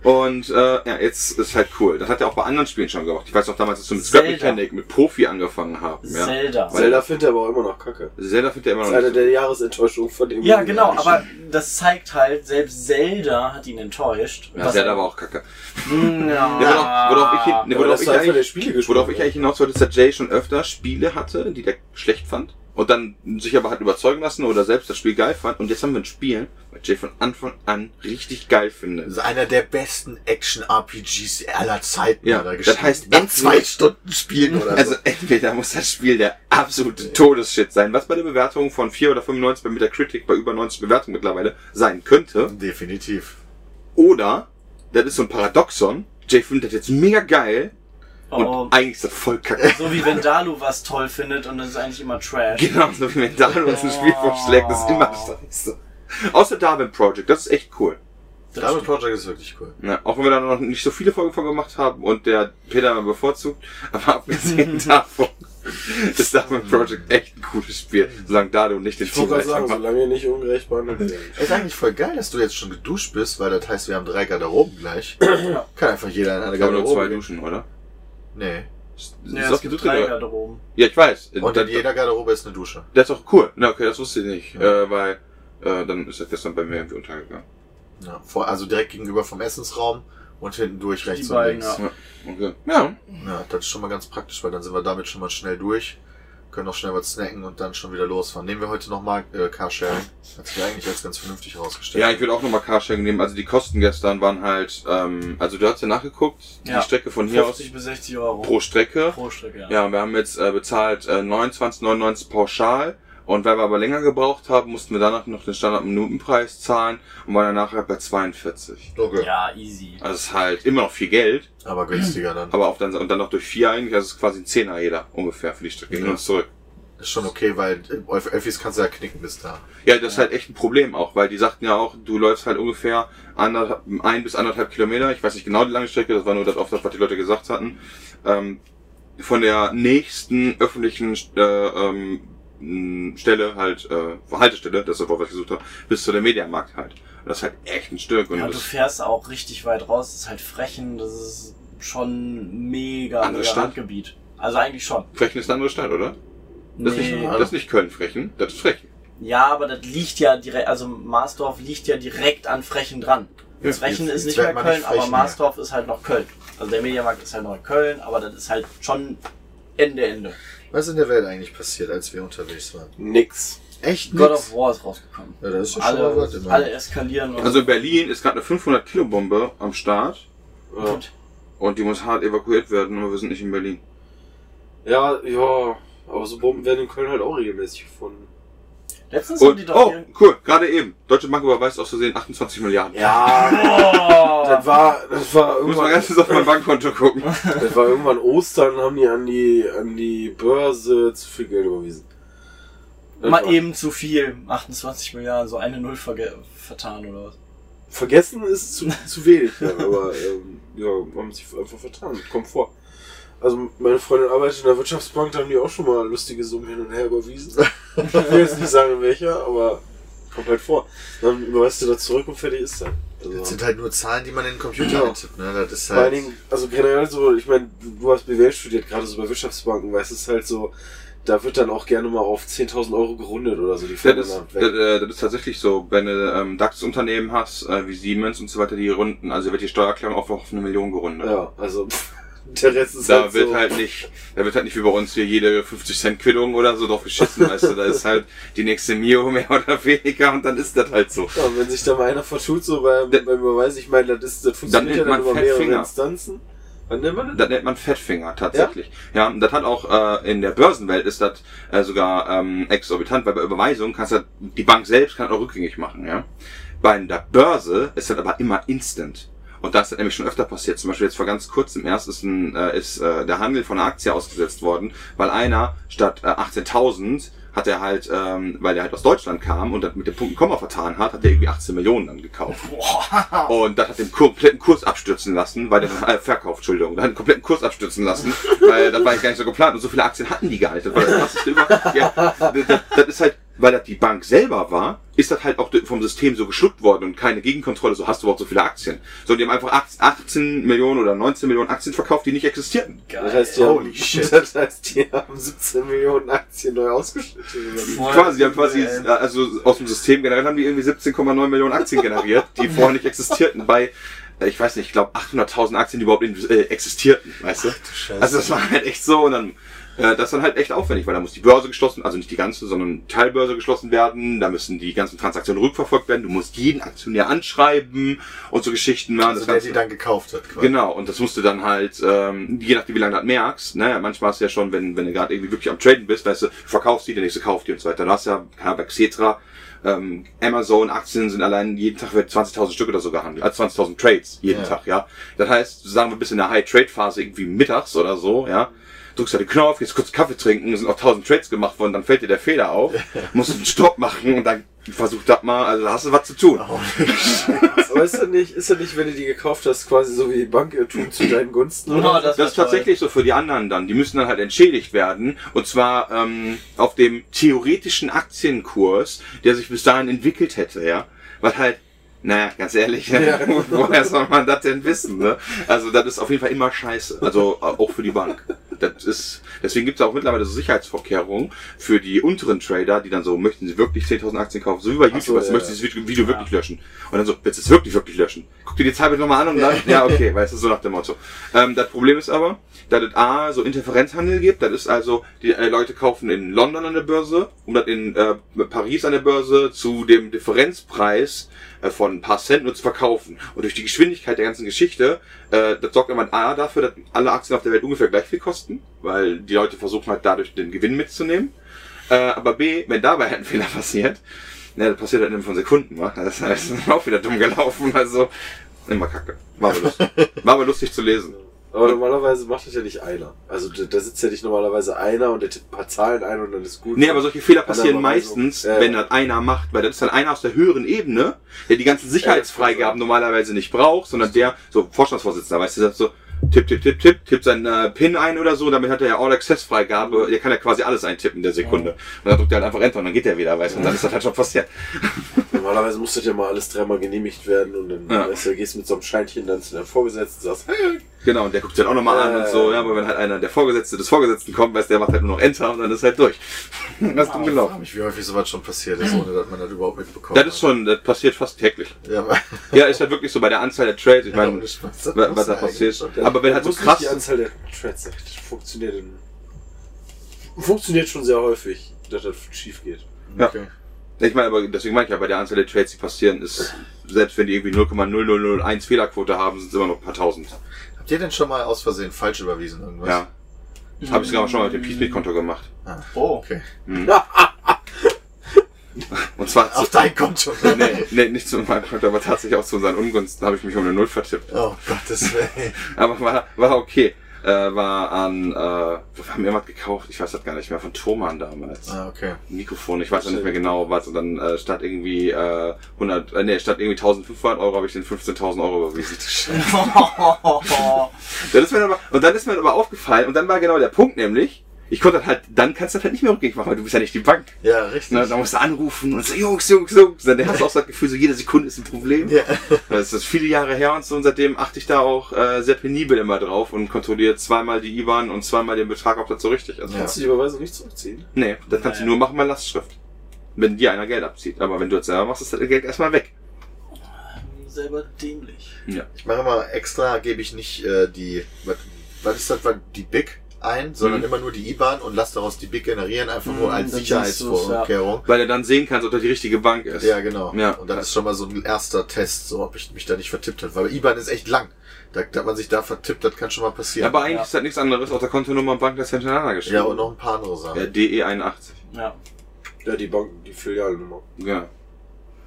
Und äh, ja, jetzt ist halt cool. Das hat er auch bei anderen Spielen schon gemacht. Ich weiß noch damals, dass wir mit Scrap Zelda. Mechanic mit Profi angefangen haben. Ja? Zelda. Weil- Zelda findet er aber auch immer noch kacke. Zelda findet er immer Das noch ist eine nicht. so- der Jahresenttäuschungen von dem. Ja, genau, aber das zeigt halt, selbst Zelda hat ihn enttäuscht. Ja, Zelda war auch kacke. Mm, Ne, Ja. worauf, worauf ich, hin- ne, Aber worauf das ich war einfach der eigentlich, Spiele gespielt. worauf ich eigentlich hinaus wollte, ist, dass Jay schon öfter Spiele hatte, die der schlecht fand und dann sich aber hat überzeugen lassen oder selbst das Spiel geil fand. Und jetzt haben wir ein Spiel, was Jay von Anfang an richtig geil findet. Also- Das ist einer der besten Action-RPGs aller Zeiten. Ja, hat er das geschrieben. heißt, nach entweder- zwei Stunden spielen oder Also so. entweder muss das Spiel der absolute Todesshit sein, was bei der Bewertung von 4 oder 95 bei Metacritic bei über 90 Bewertungen mittlerweile sein könnte. Definitiv. Oder, das ist so ein Paradoxon, Jay findet das jetzt mega geil und Oh, eigentlich ist das voll kacke. so wie wenn Dalu was toll findet und das ist eigentlich immer Trash. Genau, so wie wenn Dalu uns ein Spiel vorschlägt, das ist immer scheiße. Außer Darwin Project, das ist echt cool. Das Diamond stimmt. Project ist wirklich cool. Ja, auch wenn wir da noch nicht so viele Folgen von gemacht haben und der Peter mal bevorzugt, aber abgesehen davon ist Darwin Project echt ein cooles Spiel, solange Dalu nicht den Ich wollte gerade Teamleiter sagen, macht. solange ihr nicht ungerecht behandelt werdet. Ist eigentlich voll geil, dass du jetzt schon geduscht bist, weil das heißt, wir haben drei Garderoben gleich. Kann einfach jeder in eine Ich glaube nur Garderobe. zwei gehen. Duschen, oder? Nee. Ja, es gibt drei halt. Garderoben. Ja, ich weiß. Und das, in jeder Garderobe ist eine Dusche. das ist auch cool. Na, okay, das wusste ich nicht. Äh, weil äh, dann ist das gestern bei mir irgendwie untergegangen. Ja, vor, also direkt gegenüber vom Essensraum und hinten durch rechts und beiden, links. ja. Okay. Ja. Ja, das ist schon mal ganz praktisch, weil dann sind wir damit schon mal schnell durch. Können auch schnell was snacken und dann schon wieder losfahren. Nehmen wir heute nochmal äh, Carsharing. Hat sich eigentlich als ganz vernünftig herausgestellt. Ja, ich würde auch nochmal Carsharing nehmen. Also die Kosten gestern waren halt, ähm, also du hast ja nachgeguckt, Ja. die Strecke von hier aus 50 bis 60 Euro. pro Strecke. Pro Stück, ja. Ja, wir haben jetzt äh, bezahlt äh, 29,99 pauschal. Und weil wir aber länger gebraucht haben, mussten wir danach noch den Standard-Minutenpreis zahlen und waren danach halt bei 42. okay. Ja, easy. Also es ist halt immer noch viel Geld. Aber günstiger dann. Aber auf dann, und dann noch durch vier eigentlich, also es ist quasi ein Zehner jeder ungefähr für die Strecke hin Ja. und zurück. Ist schon okay, weil äh, auf Öffis kannst du ja knicken bis da. Ja, das ist halt echt ein Problem auch, weil die sagten ja auch, du läufst halt ungefähr anderthalb, ein bis anderthalb Kilometer, ich weiß nicht genau die lange Strecke, das war nur das oft, was die Leute gesagt hatten, ähm, von der nächsten öffentlichen äh, ähm, mh, Stelle halt, äh, Haltestelle, das ist das Wort, was ich gesucht habe, bis zu der Mediamarkt halt. Und das ist halt echt ein Stück und Ja, du das fährst auch richtig weit raus, das ist halt Frechen, das ist schon mega Andere mega Stadt? Randgebiet. Also eigentlich schon. Frechen ist eine andere Stadt, oder? Das, ist Nee. nicht, das ist nicht Köln-Frechen, das ist Frechen. Ja, aber das liegt ja direkt, also Marsdorf liegt ja direkt an Frechen dran. Ja, Frechen jetzt- ist jetzt nicht mehr werden wir Köln, nicht aber Frechen mehr. Marsdorf ist halt noch Köln. Also der Mediamarkt ist halt noch in Köln, aber das ist halt schon Ende, Ende. Was ist in der Welt eigentlich passiert, als wir unterwegs waren? Nix. Echt God nix? of War ist rausgekommen. Ja, das ist ja schon mal was Alle, immer. alle eskalieren und, Also in Berlin ist gerade eine 500-Kilo-Bombe am Start. Ja. und Und die muss hart evakuiert werden, aber wir sind nicht in Berlin. Ja, ja. Aber so Bomben werden in Köln halt auch regelmäßig gefunden. Letztens haben die Und, doch oh, cool, gerade eben. Deutsche Bank überweist aus Versehen 28 Milliarden. Ja, Oh, das war, das war Muss man irgendwann, ganz kurz auf mein Bankkonto gucken. das war irgendwann Ostern, haben die an die, an die Börse zu viel Geld überwiesen. Das mal war- eben zu viel. 28 Milliarden, so eine Null verge vertan oder was? Vergessen ist zu, zu wenig, ja, aber ähm, ja, haben sich einfach vertan. Kommt vor. Also meine Freundin arbeitet in der Wirtschaftsbank, da haben die auch schon mal lustige Summen hin und her überwiesen. Ich will jetzt nicht sagen in welcher, aber kommt halt vor. Dann überweist du das zurück und fertig ist dann. Das Also, sind halt nur Zahlen, die man in den Computer Genau. Ja. eintippt. Ne? Das ist vor allen halt. Dingen, also generell so, ich meine, du du hast BWL studiert, gerade so bei Wirtschaftsbanken, weißt du, es ist halt so, da wird dann auch gerne mal auf 10.000 Euro gerundet oder so, die Das fallen ist, dann das, weg. äh, das ist tatsächlich so, wenn du ähm, DAX-Unternehmen hast, äh, wie Siemens und so weiter, die runden, also wird die Steuererklärung auch auf eine Million gerundet. Ja, also der Rest ist Da halt wird so. halt nicht, da wird halt nicht wie bei uns hier jede 50 Cent Quittung oder so drauf geschissen, weißt du, da ist halt die nächste Mio mehr oder weniger und dann ist das halt so. Ja, und wenn sich da mal einer vertut, so beim, Da- beim Überweis, ich meine, das, ist, das funktioniert nennt ja dann man über mehrere Fettfinger. Instanzen. Wann nennt man das? Das nennt man Fettfinger tatsächlich. Ja, und das hat auch äh, in der Börsenwelt ist das äh, sogar ähm, exorbitant, weil bei Überweisungen kannst du die Bank selbst kann das auch rückgängig machen, ja. Bei der Börse ist das aber immer instant. Und das ist nämlich schon öfter passiert. Zum Beispiel jetzt vor ganz kurzem erst ist, ein, äh, ist äh, der Handel von einer Aktie ausgesetzt worden, weil einer statt äh, 18.000 hat er halt, ähm, weil er halt aus Deutschland kam und das mit dem Punkt und Komma vertan hat, hat er irgendwie 18 Millionen dann gekauft. Und das hat den kompletten Kurs abstürzen lassen, weil der äh, Verkauf, Entschuldigung, das hat den kompletten Kurs abstürzen lassen, weil das war eigentlich gar nicht so geplant und so viele Aktien hatten die gar nicht. Das war das krasseste über. Ja, das, das, das ist halt, weil das die Bank selber war, ist das halt auch vom System so geschluckt worden und keine Gegenkontrolle, so hast du überhaupt so viele Aktien. So, die haben einfach 18 18 Millionen oder 19 Millionen Aktien verkauft, die nicht existierten. Das heißt, die Holy haben, shit. Das heißt, die haben 17 Millionen Aktien neu ausgeschüttet. oder wie? Voll quasi, die haben quasi, geil. äh, also aus dem System generell haben die irgendwie 17,9 Millionen Aktien generiert, die vorher nicht existierten, bei, äh, ich weiß nicht, ich glaube 800.000 Aktien, die überhaupt in, äh, existierten, weißt du? Also das war halt echt so und dann, äh, das ist dann halt echt aufwendig, weil da muss die Börse geschlossen, also nicht die ganze, sondern Teilbörse geschlossen werden, da müssen die ganzen Transaktionen rückverfolgt werden, du musst jeden Aktionär anschreiben und so Geschichten machen. also das der Ganze- die dann gekauft hat. quasi. Genau, und das musst du dann halt, ähm, je nachdem wie lange du das merkst, ne, manchmal hast du ja schon, wenn, wenn du gerade irgendwie wirklich am Traden bist, weißt du, du verkaufst die, der nächste kauft die und so weiter. Du hast ja, ja bei Xetra, ähm, Amazon, Aktien sind allein jeden Tag wird 20.000 Stück oder so gehandelt, also 20.000 Trades jeden Ja. Tag, ja. Das heißt, sagen wir bis in der High-Trade-Phase irgendwie mittags oder so, ja. Drückst da den Knopf, gehst kurz Kaffee trinken, sind auch 1000 Trades gemacht worden, dann fällt dir der Fehler auf, musst einen Stopp machen und dann versuch das mal, also da hast du was zu tun. Oh, Aber ist das nicht, ist das nicht, wenn du die gekauft hast, quasi so wie die Bank ihr tut zu deinen Gunsten? Oh, Oder? das, Das ist tatsächlich so für die anderen dann. Die müssen dann halt entschädigt werden. Und zwar ähm, auf dem theoretischen Aktienkurs, der sich bis dahin entwickelt hätte, ja. Weil halt, naja, ganz ehrlich, woher soll man das denn wissen? Ne? Also das ist auf jeden Fall immer scheiße. Also äh, auch für die Bank. Das ist, deswegen gibt es auch mittlerweile so Sicherheitsvorkehrungen für die unteren Trader, die dann so, möchten sie wirklich 10.000 Aktien kaufen? So wie bei YouTube, so, also ja, möchten sie das Video wirklich löschen? Und dann so, willst du es wirklich, wirklich löschen? Guck dir die Zahl bitte nochmal an und dann, ja, okay, weißt du, so nach dem Motto. Ähm, das Problem ist aber, dass es A, so Interferenzhandel gibt, das ist also, die äh, Leute kaufen in London an der Börse, um das in äh, Paris an der Börse zu dem Differenzpreis äh, von ein paar Cent nur zu verkaufen. Und durch die Geschwindigkeit der ganzen Geschichte, äh, das sorgt immer A dafür, dass alle Aktien auf der Welt ungefähr gleich viel kosten, weil die Leute versuchen halt dadurch den Gewinn mitzunehmen. Äh, aber B, wenn dabei ein Fehler passiert, ne, das passiert halt innerhalb von Sekunden, wa? Das heißt, ist auch wieder dumm gelaufen, also immer kacke. War aber lustig. War aber lustig zu lesen. Aber normalerweise macht das ja nicht einer. Also da, da sitzt ja nicht normalerweise einer und der tippt ein paar Zahlen ein und dann ist gut. Nee, aber solche Fehler passieren Andere Weise. meistens, Ja, ja. wenn das einer macht, weil das ist dann einer aus der höheren Ebene, der die ganzen Sicherheitsfreigaben normalerweise nicht braucht, sondern der, so Vorstandsvorsitzender, weißt du, sagt so, tipp, tipp, tipp, tipp, tippt seinen äh, PIN ein oder so, damit hat er ja All-Access-Freigabe, der kann ja quasi alles eintippen in der Sekunde. Und dann drückt er halt einfach Enter und dann geht er wieder, weißt du, und dann ist das halt schon passiert. Normalerweise muss das ja mal alles dreimal genehmigt werden und dann Ja. weißt du, gehst mit so einem Scheinchen dann zu deinem Vorgesetzten und sagst, Genau, und der guckt sich halt auch nochmal an und so, ja, aber wenn halt einer der Vorgesetzte des Vorgesetzten kommt, weißt du, der macht halt nur noch Enter und dann ist halt durch. das ist dumm Ich frage gelaufen. mich, wie häufig sowas schon passiert ist, ohne dass man das überhaupt mitbekommt. Genau. Das ist schon, das passiert fast täglich. Ja, aber- Ja, ist halt wirklich so bei der Anzahl der Trades, ich meine, ohne Spaß, das wa- muss was da ja eigentlich passiert. schon. Aber wenn halt so Muss nicht krass, Die Anzahl der Threads das funktioniert, in, funktioniert schon sehr häufig, dass das schief geht. Ja. Okay. ich meine, aber deswegen meine ich ja, bei der Anzahl der Trades, die passieren, ist, selbst wenn die irgendwie 0,0001 Fehlerquote haben, sind es immer noch ein paar tausend. Habt ihr denn schon mal aus Versehen falsch überwiesen irgendwas? Ah. Ja. Habe ich sogar schon mal mit dem Peacemeat-Konto gemacht. Oh. Okay. Und zwar Auf zu, dein Konto. nee, nee, nicht zu meinem Konto, aber tatsächlich auch zu unseren Ungunsten habe ich mich um eine Null vertippt. Oh Gottes Willen. Aber war, war okay. Äh, war an, äh, wo haben wir irgendwas gekauft? Ich weiß das gar nicht mehr, von Thomann damals. Ah, okay. Ein Mikrofon, ich weiß ja nicht mehr genau was. Und dann äh, statt irgendwie äh, 100, äh, nee, statt irgendwie 1500 Euro habe ich den 15.000 Euro überwiesen. Dann ist mir aber, und dann ist mir aber aufgefallen, und dann war genau der Punkt nämlich, ich konnte das halt, dann kannst du das halt nicht mehr rückgängig machen, weil du bist ja nicht die Bank. Ja, richtig. Ne? Dann musst du anrufen und so, Jungs, Jungs, Jungs. Dann hast du auch so das Gefühl, so jede Sekunde ist ein Problem. Ja. Das ist viele Jahre her und so, und seitdem achte ich da auch äh, sehr penibel immer drauf und kontrolliere zweimal die IBAN und zweimal den Betrag, ob das so richtig ist. Ja. Kannst du die Überweisung nicht zurückziehen? Nee, das kannst du nur machen bei Lastschrift. Wenn dir einer Geld abzieht. Aber wenn du das selber machst, ist das Geld erstmal weg. Selber dämlich. Ich mache immer extra, gebe ich nicht äh, die, was, was ist das, was- die BIC ein, sondern Mhm. immer nur die IBAN und lass daraus die BIC generieren, einfach Mhm, nur als dann siehst du's, ja. Sicherheitsvorkehrung. Weil er dann sehen kannst, ob das die richtige Bank ist. Ja, genau. Ja. Und dann ist schon mal so ein erster Test, so ob ich mich da nicht vertippt habe. Weil IBAN ist echt lang. Da, dass man sich da vertippt, das kann schon mal passieren. Aber eigentlich Ja. ist das nichts anderes, außer Kontonummer und Bank, das ist hintereinander geschrieben. ja, und noch ein paar andere Sachen. Ja, E DE81. Ja. Ja, die Bank, die Filialnummer. Ja,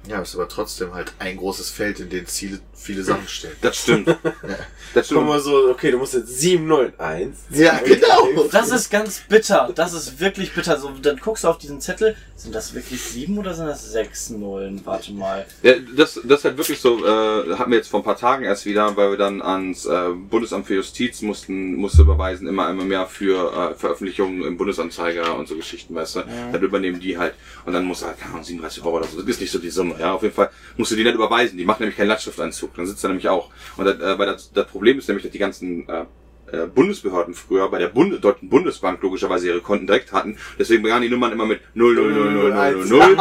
Ja, ist aber trotzdem halt ein großes Feld, in dem Ziele, viele Sachen stehen. das stimmt. das Guck stimmt. mal so, okay, du musst jetzt 791. Ja, genau. Das ist ganz bitter. Das ist wirklich bitter. So, dann guckst du auf diesen Zettel. Sind das wirklich sieben oder sind das sechs Nullen? Warte mal. Ja, das, das ist halt wirklich so, äh, hatten wir jetzt vor ein paar Tagen erst wieder, weil wir dann ans äh, Bundesamt für Justiz mussten, musste überweisen, immer einmal im Jahr für äh, Veröffentlichungen im Bundesanzeiger und so Geschichten, weißt du. Dann übernehmen die halt. Und dann musst du halt, keine Ahnung, 37 Euro oder so, das ist nicht so die Summe, ja. Auf jeden Fall musst du die nicht überweisen, die machen nämlich keinen Lastschrifteinzug, dann sitzt er nämlich auch. Und das, äh, weil das, das Problem ist nämlich, dass die ganzen äh, äh, Bundesbehörden früher bei der Bund Deutschen Bundesbank logischerweise ihre Konten direkt hatten. Deswegen begannen die Nummern immer mit 000000,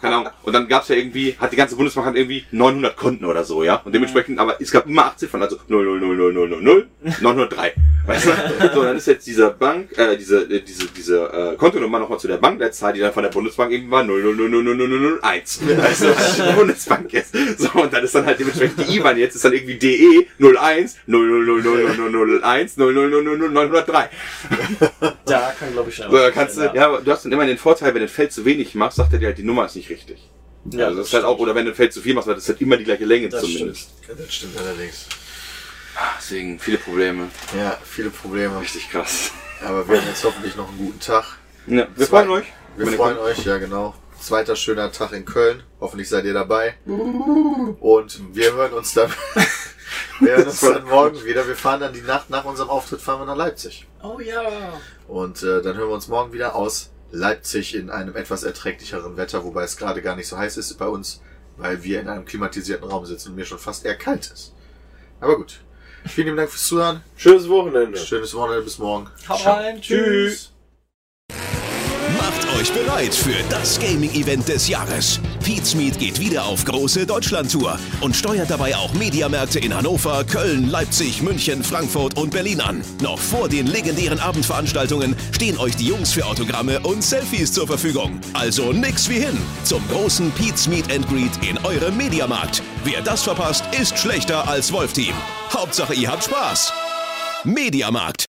keine Ahnung. Und dann gab's ja irgendwie, hat die ganze Bundesbank hat irgendwie 900 Konten oder so, ja. Und dementsprechend, aber es gab immer acht Ziffern, also 000000, 903. Weißt du? So, dann ist jetzt diese Bank, äh, diese, äh, diese, diese äh, Kontonummer nochmal zu der Bankleitzahl, die dann von der Bundesbank eben war 00000001. Weißt du, was die Bundesbank ist. So, und dann ist dann halt dementsprechend die IBAN jetzt, ist dann irgendwie E DE 01 000001 00000903. Da kann, glaube ich, schon. So, da kannst Genau. du, ja, aber du hast dann immer den Vorteil, wenn du ein Feld zu wenig machst, sagt er dir halt, die Nummer ist nicht richtig. Ja, also das ist halt auch, oder wenn du ein Feld zu viel machst, weil das hat immer die gleiche Länge Das zumindest. Ja, das stimmt allerdings. Deswegen viele Probleme. Ja, viele Probleme. Richtig krass. Aber wir haben jetzt hoffentlich noch einen guten Tag. Ja, wir Zwei- freuen euch. Wir Wenn ihr freuen kommt. euch, ja genau. Zweiter schöner Tag in Köln. Hoffentlich seid ihr dabei. Und wir hören uns dann. Wir hören uns dann morgen wieder. Wir fahren dann die Nacht nach unserem Auftritt fahren wir nach Leipzig. Oh ja. Und äh, dann hören wir uns morgen wieder aus Leipzig in einem etwas erträglicheren Wetter, wobei es gerade gar nicht so heiß ist bei uns, weil wir in einem klimatisierten Raum sitzen und mir schon fast eher kalt ist. Aber gut. Vielen lieben Dank fürs Zuhören. Schönes Wochenende. Schönes Wochenende. Bis morgen. Hau Ciao. rein. Tschüss. Macht euch bereit für das Gaming-Event des Jahres. Pete's Meat geht wieder auf große Deutschlandtour und steuert dabei auch Mediamärkte in Hannover, Köln, Leipzig, München, Frankfurt und Berlin an. Noch vor den legendären Abendveranstaltungen stehen euch die Jungs für Autogramme und Selfies zur Verfügung. Also nix wie hin zum großen Pete's Meat and Greet in eurem Mediamarkt. Wer das verpasst, ist schlechter als Wolf Team. Hauptsache, ihr habt Spaß. Mediamarkt.